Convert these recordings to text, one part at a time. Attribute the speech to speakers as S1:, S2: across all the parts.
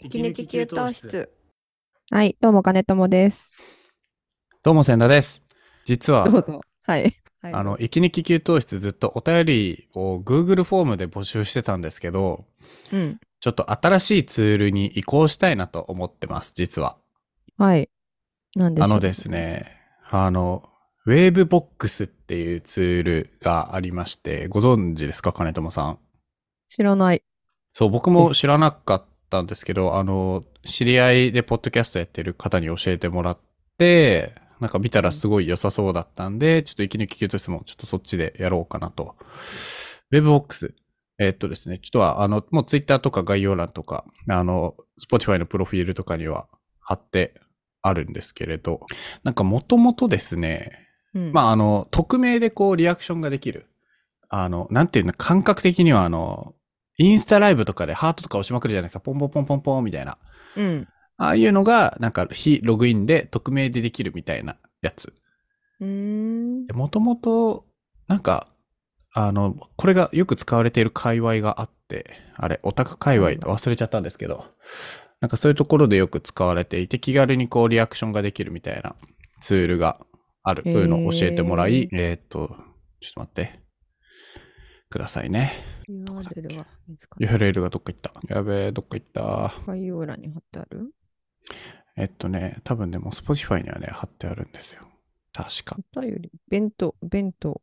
S1: 息抜き給湯室。
S2: はい、どうも、金友です。
S3: どうも、千田です。実は、
S2: どうぞ。はい。はい
S3: あの、、息抜き給湯室ずっとお便りを Google フォームで募集してたんですけど、
S2: うん。
S3: ちょっと新しいツールに移行したいなと思ってます、実は。
S2: はい。なんでしょ
S3: あ
S2: う
S3: のです。ね、あの、ウェーブボックスっていうツールがありまして、ご存知ですか、金友さん。
S2: 知らない。
S3: そう、僕も知らなかったんですけど、あの、知り合いでポッドキャストやってる方に教えてもらって、なんか見たらすごい良さそうだったんで、ちょっと息抜き給としても、ちょっとそっちでやろうかなと。ウェブボックス。えっとですね、ちょっとは、あの、もうツイッターとか概要欄とか、あの、Spotify のプロフィールとかには貼ってあるんですけれど、なんかもともとですね、
S2: うん。
S3: まあ、あの、匿名でこう、リアクションができる。あの、なんていうの、感覚的にはあの、インスタライブとかでハートとか押しまくるじゃないか、ポンポンポンポンポンみたいな。
S2: うん。
S3: ああいうのが、なんか、非ログインで匿名でできるみたいなやつ。
S2: うーん。
S3: もともと、なんか、あの、これがよく使われている界隈があって、あれ、オタク界隈と忘れちゃったんですけど、なんかそういうところでよく使われていて、気軽にこうリアクションができるみたいなツールがあるというのを教えてもらい、えーっと、ちょっと待って、くださいね。
S2: URL は見つかった。
S3: URL がどっか行った。やべえ、どっか行った。
S2: 概要欄に貼ってある
S3: えっとね、多分でも Spotify にはね、貼ってあるんですよ。確か。
S2: お便り。弁当、弁当。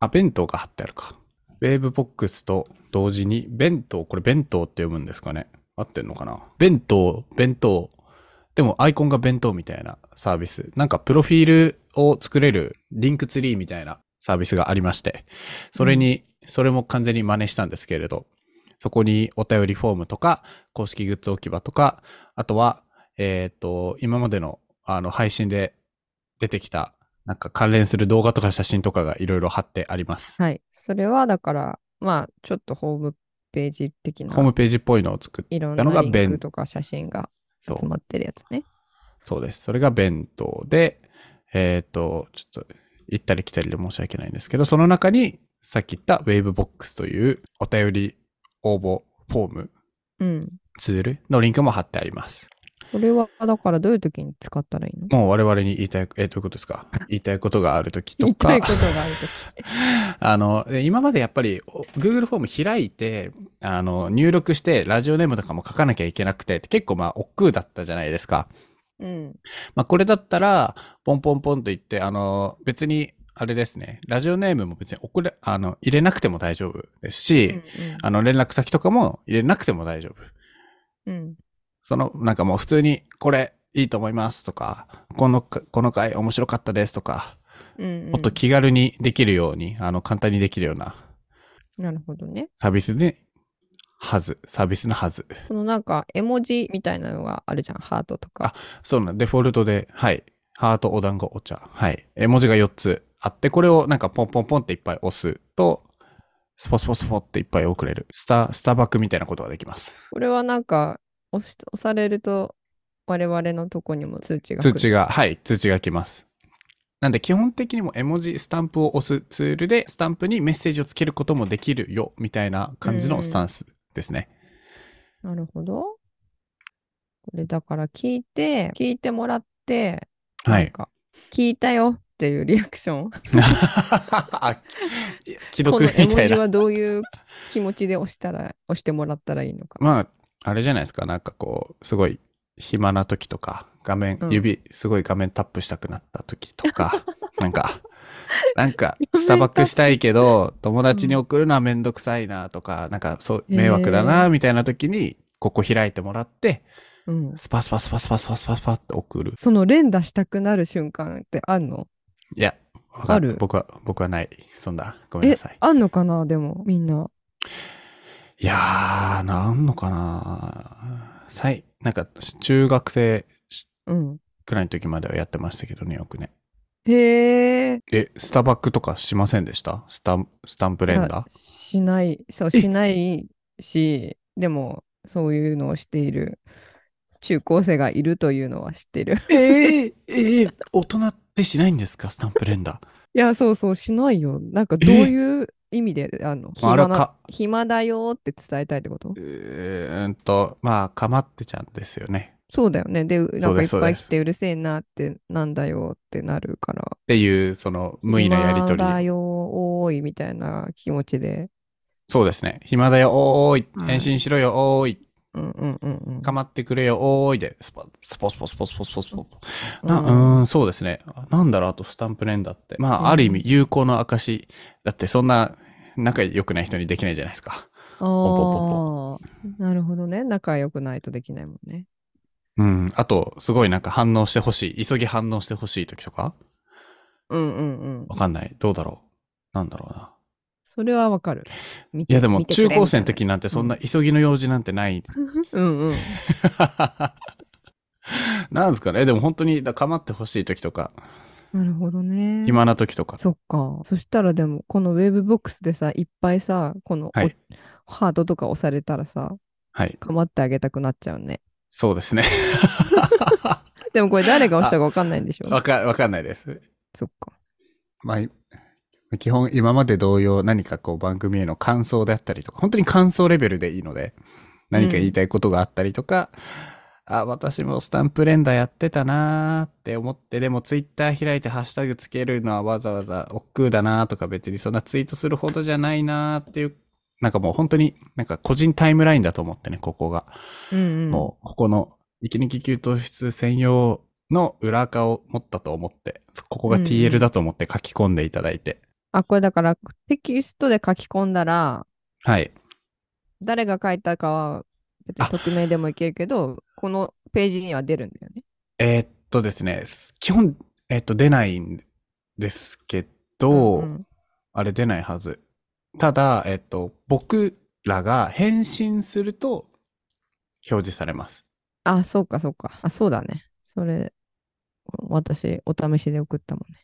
S3: あ、弁当が貼ってあるか。ウェーブボックスと同時に、弁当、これ弁当って読むんですかね合ってんのかな弁当、弁当。でもアイコンが弁当みたいなサービス。なんかプロフィールを作れるリンクツリーみたいなサービスがありまして、それに、それも完全に真似したんですけれど、そこにお便りフォームとか、公式グッズ置き場とか、あとは、えっ、と、今までのあの配信で出てきた、なんか関連する動画とか写真とかがいろいろ貼ってあります。
S2: はい。それは、だから、まあ、ちょっとホームページ的な
S3: ホー、ムページっぽいのを作っ
S2: いろん
S3: たの
S2: な
S3: が
S2: リン
S3: 弁
S2: クとか写真が
S3: そう
S2: 集まってるやつね。
S3: そうです。それが弁当で、えっ、と、ちょっと行ったり来たりで申し訳ないんですけど、その中にさっき言ったウェーブボックスというお便り応募フォーム
S2: うん。
S3: ツールのリンクも貼ってあります。
S2: これは、だから、どういう時に使ったらいいの
S3: もう我々に言いたい、えーどういうことですか言いたいことがあるときと
S2: 言い
S3: か
S2: たいことがある時。
S3: あの、え今までやっぱりお Google フォーム開いて、あの、入力してラジオネームとかも書かなきゃいけなくて、結構まあ、億劫だったじゃないですか。
S2: うん。
S3: まあ、これだったら、ポンポンポンと言って、あの、別に、あれですね、ラジオネームも別に送れ、あの、入れなくても大丈夫ですし、あの、連絡先とかも入れなくても大丈夫。
S2: うん。うん。
S3: その、なんかもう普通に、これ、いいと思いますとか、このか、この回面白かったですとか、
S2: うん。
S3: もっと気軽にできるように、あの、簡単にできるような
S2: なるほどね。
S3: サービスで、はず、サービスのはず。
S2: このなんか絵文字みたいなのがあるじゃん、ハートとか。
S3: そうなん、デフォルトで、はい。ハート、お団子、お茶。はい。絵文字が4つあって、これをなんかポンポンポンっていっぱい押すと、スポスポスポっていっぱい送れる。スタ、スタバクみたいなことができます。
S2: これはなんか押し押されると我々のとこにも通知が来
S3: 通
S2: る。
S3: 知が、はい、通知が来ます。なんで基本的にも絵文字、スタンプを押すツールで、スタンプにメッセージをつけることもできるよ、みたいな感じのスタンスですね。
S2: なるほど。これだから聞いて、聞いてもらって、
S3: は
S2: なん
S3: い。
S2: か聞いたよっていうリアク ション。
S3: あ 既
S2: こ
S3: 読
S2: の
S3: み
S2: 絵
S3: た
S2: 文
S3: い
S2: 字
S3: な。
S2: はどういう気持ちで押したら、押してもらったらいいのか。
S3: まあ、あれじゃないですか。なんかこう、すごい暇な時とか、画面
S2: う、ん
S3: 指、すごい画面タップしたくなった時と か、なんか、なんか
S2: 画、面
S3: スタバックしたいけど、友達に送るのはめんどくさいなとか、なんかそう、迷惑だ
S2: へ
S3: な、みたいな時に、ここ開いてもらって、
S2: うん。
S3: スパスパスパスパスパスパスパって送る。
S2: その連打したくなる瞬間ってあんの
S3: いや、わか
S2: ある
S3: 僕は、僕はない。そんな、ごめん
S2: え
S3: なさい、。
S2: あんのかなでも、みんな。
S3: いやー、なんのかなさい、なんか、中学生
S2: うん。
S3: くらいの時まではやってましたけどね、よくね。
S2: へえ。
S3: え、スタバックとかしませんでしたスタンスタンプ
S2: い
S3: 連
S2: や
S3: 打
S2: しない、そう、しないし、でも、そういうのをしている中高生がいるというのは知っ てる。
S3: ええええ大人ってしないんですかスタンプ連打。
S2: いや、そうそう、しないよ。なんか、どういう意味で、あの、
S3: あれ
S2: 暇な
S3: か
S2: 暇だよって伝えたいってこと
S3: えー、んと、まあ、かまってちゃんですよね。
S2: そうだよね。で、
S3: す
S2: なんかいっ
S3: そう
S2: ぱい
S3: で
S2: 来
S3: す
S2: てうるせえなって、なんだよってなるから。
S3: っていう、その、無意なやりと
S2: 暇だ
S3: り。
S2: よ、多いみたいな気持ちで。
S3: そうですね。暇だよ、おーい
S2: は。い
S3: 返信しろよ、おーい。
S2: うんうんうんうん。
S3: かまってくれよ、おーいで、スポスポスポスポスポスポスポ。
S2: うん
S3: な、うーん、そうですね。なんだろう、あとスタンプ連打って。ま
S2: うん
S3: あ、ある意味、有効の証。だって、そんな、仲良くない人にできないじゃないですか。
S2: ああ、なるほどね。仲良くないとできないもんね。
S3: うん。あと、すごいなんか反応してほしい。急ぎ反応してほしい時とか
S2: うんうんうん。
S3: わかんない。どうだろう。なんだろうな。
S2: それはわかる。見
S3: い
S2: て
S3: や、でも、
S2: 見てくれ
S3: 中高生の
S2: みたい
S3: 時なんて、そんな急ぎの用事なんてない。
S2: な。うんうん。
S3: なんですかね。でも、本当に、だ構ってほしい時とか、
S2: なるほどね。
S3: 暇な時とか。
S2: そっか。そしたらでも、このウェブボックスでさ、いっぱいさ、このお、
S3: はい
S2: ハートとか押されたらさ、
S3: はい。
S2: かまってあげたくなっちゃうね。
S3: そうですね。
S2: でもこれ誰が押したかわかんないんでしょ
S3: わか、わかんないです。
S2: そっか。
S3: まあ、い基本今まで同様何かこう番組への感想であったりとか、本当に感想レベルでいいので、何か言いたいことがあったりとか、あ、私もスタンプ連打やってたなーって思って、でもツイッター開いてハッシュタグつけるのはわざわざ億劫だなーとか別にそんなツイートするほどじゃないなーっていう、なんかもう本当になんか個人タイムラインだと思ってね、ここが。
S2: うんうん。
S3: もう、ここの、生き抜き給湯室専用の裏垢を持ったと思って、ここが
S2: うん
S3: TL だと思って書き込んでいただいて、
S2: あ、これだから、テキストで書き込んだら、
S3: はい。
S2: 誰が書いたかは、別に
S3: あ
S2: 匿名でもいけるけど、このページには出るんだよね。
S3: えーっとですね、基本、えーっと、出ないんですけど、
S2: うんうん
S3: あれ出ないはず。ただ、えーっと、僕らが返信すると、表示されます。
S2: あ、そうか、そうか。あ、そうだね。それ、私、お試しで送ったもんね。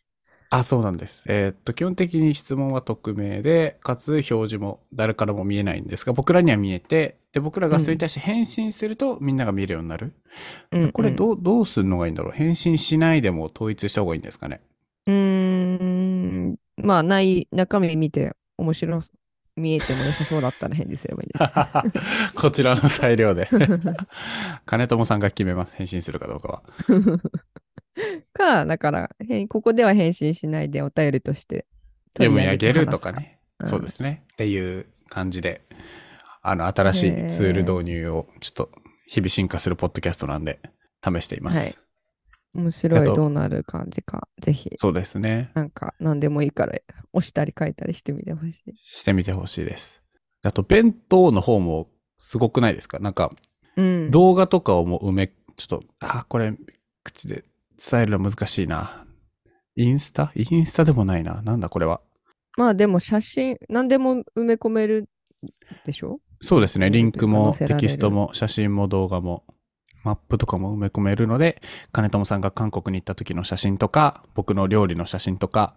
S3: あ、そうなんです。えーっと、基本的に質問は匿名で、かつ表示も誰からも見えないんですが、僕らには見えて、で、僕らがそれに対して返信すると、みんなが見るようになる。
S2: うんうん
S3: これどう、どうするのがいいんだろう返信しないでも統一した方がいいんですか ね
S2: うーん、まあ、ない、中身見て、面白そ、見えても良さそうだったら返事すればいいね
S3: こちらの裁量で。 金友さんが決めます。返信するかどうかは。
S2: か、だから、へんここでは返信しないでお便りとして
S3: 読
S2: 取り
S3: み上
S2: 上
S3: げ
S2: げ
S3: る
S2: て
S3: と
S2: 話す
S3: かね。
S2: うん
S3: そうですね。っていう感じで、あの、新しいツール導入を、ちょっと、日々進化するポッドキャストなんで、試しています。
S2: はい面白
S3: あ
S2: い、
S3: と
S2: どうなる感じか、ぜひ、
S3: そうですね。
S2: なんか、何でもいいから、押したり書いたりしてみてほしい。
S3: してみてほしいです。あと、弁当の方も、すごくないですかなんか、
S2: うん。
S3: 動画とかをもう埋め、ちょっと、あー、これ、口で伝えるの難しいな。インスタインスタでもないな。なんだこれは。
S2: まあ、でも、写真、何でも埋め込めるでしょ
S3: そうですね。リンクも、
S2: 載せ
S3: テ
S2: られる
S3: キストも、写真も、動画も、マップとかも埋め込めるので、金友さんが韓国に行った時の写真とか、僕の料理の写真とか、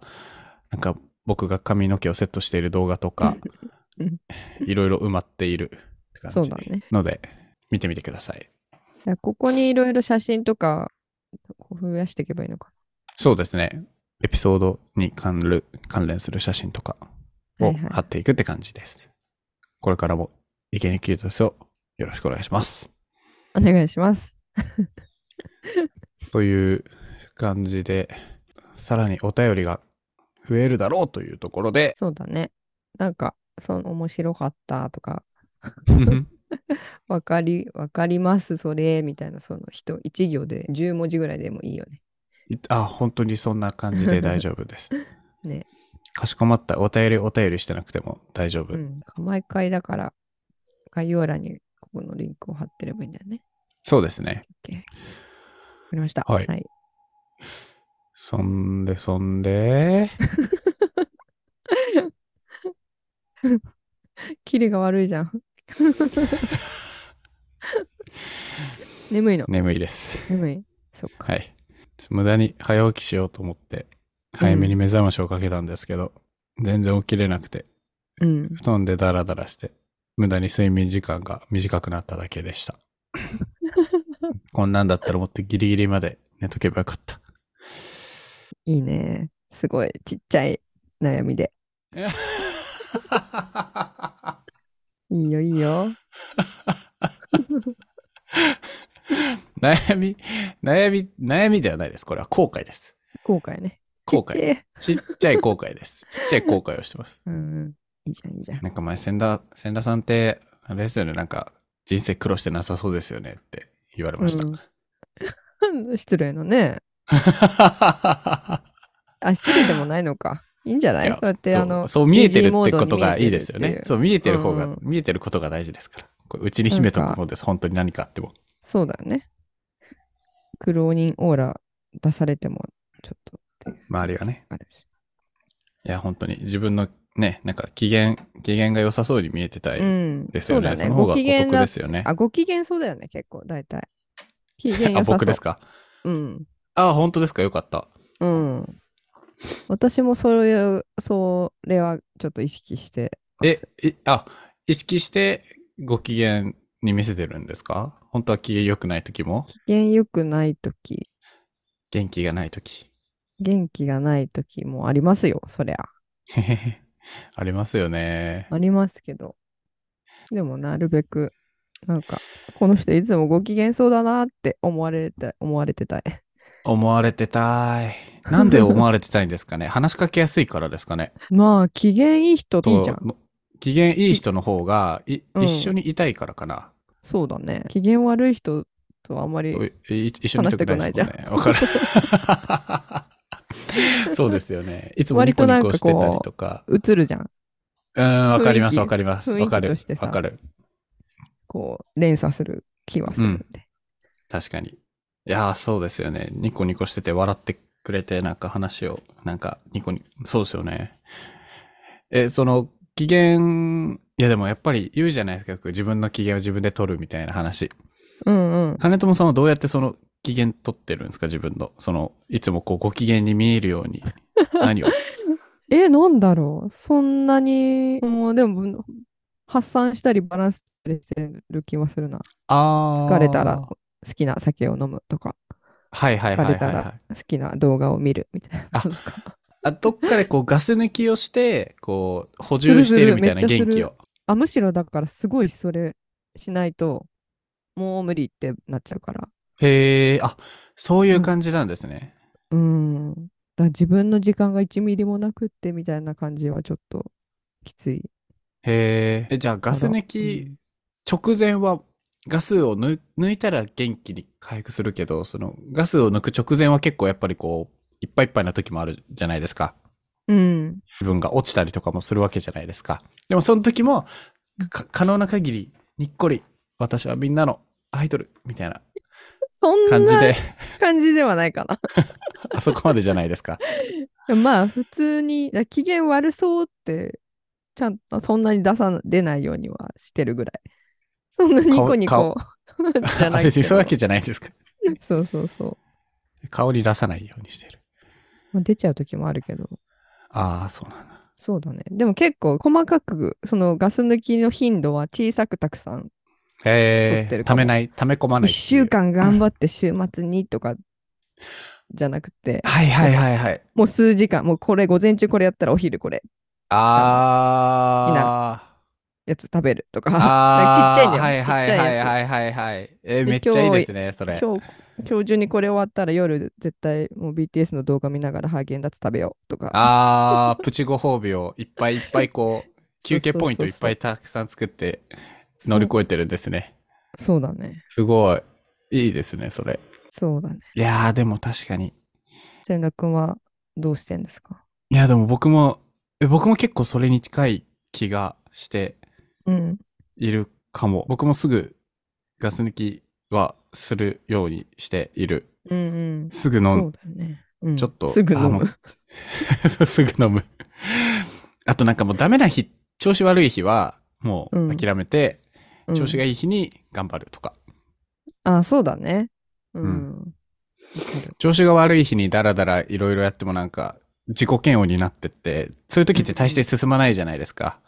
S3: なんか僕が髪の毛をセットしている動画とか
S2: うん、
S3: いろいろ埋まっているって感じ
S2: そうだね
S3: ので、見てみてください。
S2: だからここにいろいろ写真とかこう増やしていけばいいのか
S3: そうですね。エピソードに関る関連する写真とか
S2: は
S3: を
S2: いはい
S3: 貼っていくって感じです。これからも、イケニキュートスをよろしくお願いします。
S2: な。お願いします。
S3: という感じで、さらにお便りが増えるだろうというところ で、
S2: そうだね。なんか、その面白かったとか、わかり、わかります、それ、みたいな、その人、一行で10文字ぐらいでもいいよね。
S3: あ、本当にそんな感 じで大丈夫です。
S2: ね。
S3: かしこまったお便りお便りしてなくても大丈夫。
S2: うん。毎回だから、概要欄にここのリンクを貼ってればいいんだよね。
S3: そうですね。
S2: OK。わかりました。
S3: はい
S2: はい。
S3: そんでそんで、
S2: キリが悪いじ ゃん。眠いの。
S3: 眠いです。
S2: 眠い。そっか。
S3: はい。無駄に早起きしようと思って、早めに目覚ましをかけたんですけど、全然起きれなくて、
S2: うん。
S3: 布団でダラダラして、無駄に睡眠時間が短くなっただけで した。こんなんだったらもっとギリギリまで寝とけばよか った。
S2: いいね。すごいちっちゃい悩みで。いいよ、いいよ。
S3: 悩み、悩み、悩みではないです。これは後悔です。
S2: 後悔ね。
S3: 後
S2: ちっち
S3: 悔。
S2: ゃい
S3: ちっちゃい後悔です。ちっちゃい後悔をしてます。
S2: うんうん。いいじゃん、いいじゃん。
S3: なんか前、千田、千田さんって、あれですよね、なんか、人生苦労してなさそうですよねって言われま した。
S2: うん 失礼のね。あ、失礼でもないのか。いいんじゃないい
S3: や
S2: そうやって、
S3: そう
S2: あの、
S3: そう見えてるっ
S2: 二次モ
S3: て
S2: ード
S3: こ
S2: に
S3: とがいいですよ
S2: 見えて
S3: ね
S2: るっ。ていう
S3: そう見えてる方が、
S2: うん
S3: 見えてることが大事ですから。これうちに秘めとくものです。本当に何かあっても。
S2: そうだよね。苦労人オーラ出されても、ちょっと
S3: 周りはね。
S2: あるし。
S3: いや、本当に自分のね、なんか機嫌、機嫌が良さそうに見えてたい
S2: うん。
S3: です
S2: そ
S3: よ
S2: う
S3: ね。
S2: だ
S3: そ
S2: ね。
S3: の方
S2: ご
S3: が
S2: 機
S3: お
S2: 嫌
S3: 得で
S2: だ。
S3: すよね。
S2: あ、ご機嫌そうだよね、結構、大体。機嫌
S3: あ、
S2: 良さそう。
S3: 僕ですか。
S2: うん。
S3: あ、本当ですか。よかった。
S2: うん。私もそれを、それはちょっと意識して。
S3: え、いあ、意識してご機嫌に見せてるんですか本当は機嫌良くない時も、
S2: 機嫌良くないとき、
S3: 元気がない時。
S2: 元気がないときもありますよ、そりゃ。
S3: へへへありますよね。
S2: ありますけど。でも、なるべく、なんか、この人いつもご機嫌そうだなって思われて、思われてたい。
S3: 思われてたい。なんで思われてたいんですかね 話しかけやすいからですかね
S2: まあ、機嫌いい人っていいじゃん。
S3: と機嫌いい人の方がい、
S2: うん
S3: 一緒にいたいからかな。
S2: そうだね。機嫌悪い人とあんまり、
S3: おい一緒にいたくないですもんね。わかる。 そうですよね。いつもニコニコしてたりとか。
S2: 映るじゃん。
S3: うん、わかります、
S2: 雰囲気
S3: わかります。
S2: 雰囲
S3: わ
S2: 気
S3: かる
S2: として。さ
S3: わかる。
S2: こう、連鎖する気はするんで。
S3: 確かに。いやー、そうですよね。ニコニコしてて笑ってくれて、なんか話を、なんかニコニコ、そうですよね。え、その、機嫌、いやでもやっぱり言うじゃないですか、よく自分の機嫌を自分で取るみたいな話。
S2: うんうん。
S3: 金友さんはどうやってその機嫌取ってるんですか、自分の。その、いつもこうご機嫌に見えるように。 何を。
S2: え、なんだろう。そんなに、もうでも、発散したりバランス取ったりしてる気はするな。
S3: あー
S2: 疲れたら好きな酒を飲むとか、
S3: はいはいはい
S2: 疲
S3: は
S2: れ
S3: い、
S2: た
S3: は
S2: ら
S3: い。
S2: 好きな動画を見るみたいな。
S3: あ
S2: なんか
S3: あ、どっかでこうガス抜きをして、こう、補充してるみたいな
S2: するす
S3: 元
S2: る
S3: 気
S2: めっちゃする
S3: を。
S2: あ、むしろだからすごいそれしないと、もう無理ってなっちゃうから。
S3: へえ、あ、そういう感じなんですね。
S2: うん。だから自分の時間が1ミリもなくってみたいな感じはちょっときつい。
S3: へえ。じゃあ、ガス抜
S2: う
S3: き
S2: ん
S3: 直前は、ガスを抜抜いたら元気に回復するけど、その、ガスを抜く直前は結構やっぱりこう、いっぱいいっぱいな時もあるじゃないですか。
S2: うん。
S3: 自分が落ちたりとかもするわけじゃないですか。でも、その時も、か可能な限り、にっこり、私はみんなのアイドル、みたいな
S2: そん
S3: 感じ
S2: な
S3: で、
S2: 感じではないかな。
S3: あそこまでじゃないですか。
S2: まあ普通にだ機嫌悪そうってちゃんとそんなに出さ出ないようにはしてるぐらいそんなニコニコ じゃ
S3: あ
S2: な
S3: れ、
S2: いけ
S3: そう
S2: ど
S3: わ けじゃないですか。
S2: そうそうそう、
S3: 顔に出さないようにしてる。
S2: まあ、出ちゃう時もあるけど
S3: ああ、そうなんだ。
S2: そうだねでも結構細かくそのガス抜きの頻度は小さくたくさん
S3: へ
S2: 撮って
S3: え。
S2: る
S3: た
S2: かも
S3: めない、ため込ま
S2: 1
S3: ないっていう。
S2: 週間頑張って週末にとかじゃなくて
S3: はいはいはいはい。
S2: もう数時間もうこれ午前中これやったらお昼これ
S3: あ
S2: やつ食べるとか
S3: ー
S2: なんか
S3: あ
S2: ちっ
S3: ー。
S2: ちゃい
S3: はい
S2: んだよ、
S3: はい
S2: ちっち
S3: は
S2: ゃい
S3: い
S2: やつ
S3: はいはいはい。えー
S2: で
S3: めっちゃいいですね、それ。
S2: 今日、今日中にこれ終わったら夜絶対もう BTS の動画見ながらハーゲンダッツ食べようとか。
S3: あー、プチご褒美をいっぱいいっ ぱいこう、休憩ポイントいっぱいたくさん作って乗り越えてるんですね。
S2: そうだね。
S3: すごい。いいですね、それ。
S2: そうだね。
S3: いやー、でも確かに。
S2: 千田君はどうしてんですか
S3: いや、でも僕も、え僕も結構それに近い気がして
S2: うん。
S3: いるかも。僕もすぐガス抜きはするようにしている。
S2: うんうん。
S3: すぐ飲ん
S2: そうだよね。うん
S3: ちょっと
S2: すぐ飲
S3: あも
S2: む。
S3: う すぐ飲む。あとなんかもうダメな日、調子悪い日はも
S2: う
S3: うん諦めて、
S2: うん
S3: 調子がいい日に頑張るとか、
S2: あ、そうだね。うん
S3: う。
S2: わかる
S3: 調子が悪い日にダラダラいろいろやってもなんか自己嫌悪になってって、そういう時って大して進まないじゃないですか。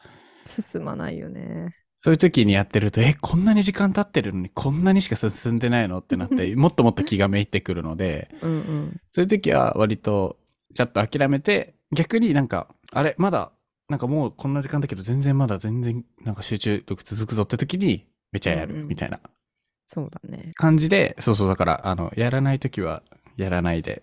S2: 進まないよね。
S3: そういう時にやってると、え、こんなに時間経ってるのにこんなにしか進んでないのってなって、 もっともっと気がめいってくるので、
S2: うんうん。
S3: そういう時は割とちょっと諦めて逆になんかあれまだなんかもうこんな時間だけど全然まだ全然なんか集中力続くぞって時にめちゃや
S2: うんう
S3: る
S2: ん
S3: みたいな、
S2: そうだね。
S3: 感じで、そうそう、だから、あの、やらないときはやらないで。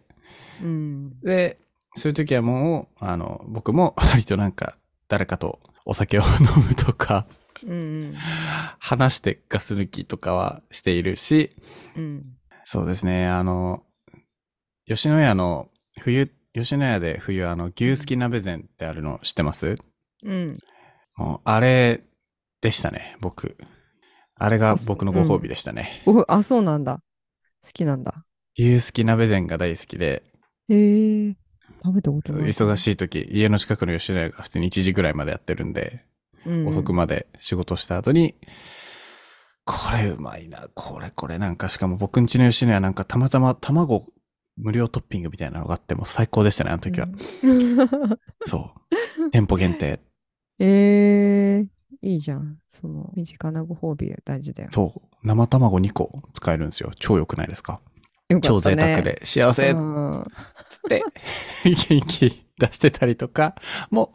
S2: うん。
S3: で、そういうときはもう、あの、僕も 割となんか、誰かとお酒を飲むとか、
S2: うん
S3: 話してガス抜きとかはしているし、
S2: うん。うん。
S3: そうですね、あの、吉野家の冬、吉野家で冬、あの、牛すき鍋膳ってあるの知ってます
S2: うん。
S3: もう、あれでしたね、僕。あれが僕のご褒美でしたね。
S2: おあ、そうなんだ。好きなんだ。
S3: 牛すき鍋膳が大好きで、
S2: へえ。食べたこと
S3: そう
S2: ない。
S3: 忙しい時、家の近くの吉野家が普通に1時ぐらいまでやってるんで、
S2: うん。
S3: 遅くまで仕事した後に、これうまいな、これこれなんか、しかも僕ん家の吉野家なんかたまたま卵無料トッピングみたいなのがあってもう最高でしたね、あの時は。
S2: うん。
S3: そう。店舗限定。
S2: ええ。いいじゃん。その、身近なご褒美が大事だよ。
S3: そう。生卵2個使えるんですよ。超良くないですか
S2: よか
S3: 超
S2: った
S3: 贅
S2: ね
S3: 沢。で幸せっ
S2: うん
S3: つって、元気出してたりとかも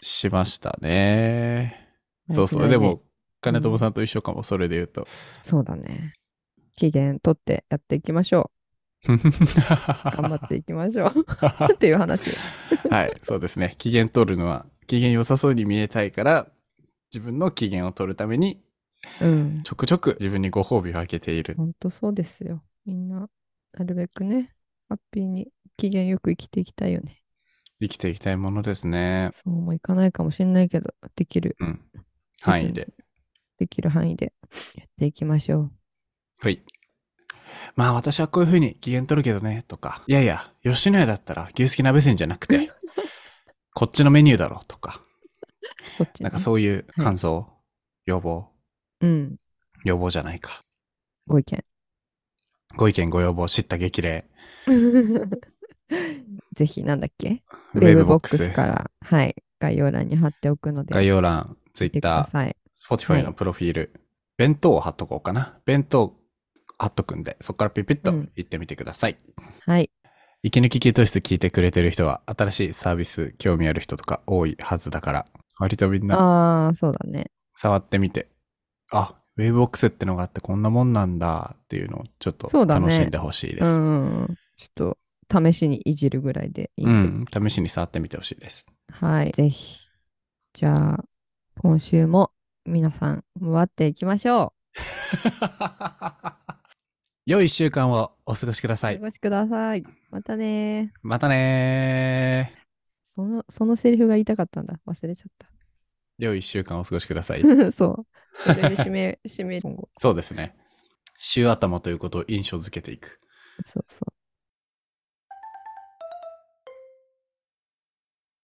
S3: しましたね。そうそ
S2: 大
S3: う。
S2: 事
S3: で
S2: 大事
S3: も、金友さんと一緒かも、それで言うと。
S2: そうだね。期限取ってやっていきましょ
S3: 頑
S2: う。頑張
S3: 張
S2: っていきましょう。っていう話。
S3: はい、そうですね。機嫌取るのは、機嫌良さそうに見えたいから、自分の機嫌を取るために、
S2: うん。
S3: ちょくちょく自分にご褒美をあげている。
S2: ほんとそうですよ。みんな、なるべくね、ハッピーに、機嫌よく生きていきたいよね。
S3: 生きていきたいものですね。
S2: そうもいかないかもしれないけど、できる、
S3: うん。範 囲で。
S2: できる範囲でやっていきましょ
S3: はい。まあ私はこういうふうに機嫌取るけどね、とか。いやいや、吉野家だったら牛すき鍋せんじゃなく て、こっちのメニューだろ、とか。
S2: う。そっち、ね、
S3: なんかそういう感想、要望、
S2: うん。
S3: 要望じゃないか。
S2: ご意見。
S3: ご意見、ご要望、知った激励、
S2: ぜひ、なんだっけ
S3: ウ
S2: ウ
S3: ェ
S2: ェ
S3: ブ
S2: ブ
S3: ボ
S2: ボ
S3: ッ
S2: ッ
S3: ク
S2: ク
S3: ス
S2: ス、から、はい、概要欄に貼っておくので、
S3: 概
S2: 見
S3: 要欄、ツイ
S2: て
S3: ッ
S2: くだ
S3: ター、
S2: さい。
S3: Spotify のプロフィール、弁当を貼っとこうかな。弁当貼っとくんで、そこからピピッと
S2: うん
S3: 行ってみてください。
S2: はい。
S3: 息抜き給湯室聞いてくれてる人は、新しいサービス興味ある人とか多いはずだから、割とみんな
S2: ああ、そうだね。
S3: 触ってみて、あ、ウェブボックスってのがあってこんなもんなんだっていうのをちょっと
S2: そうだね
S3: 楽しんでほしいです。
S2: うん。ちょっと、試しにいじるぐらいでいいん
S3: う
S2: で。
S3: ん、試しに触ってみてほしいです。
S2: はい、ぜひ。じゃあ、今週も皆さん、頑張っていきましょ
S3: 良い一週間をお過ごしくだ
S2: う。
S3: さ
S2: お
S3: い
S2: 過。ごしください。またね
S3: またねー。
S2: その、そのセリフが言いたかったん だ。忘れちゃっ
S3: 良い一週間をお過ごしくださ い。
S2: た。そう。それで締め、締め、今後。
S3: そうですね。週頭ということを印象づけていく。
S2: そうそう。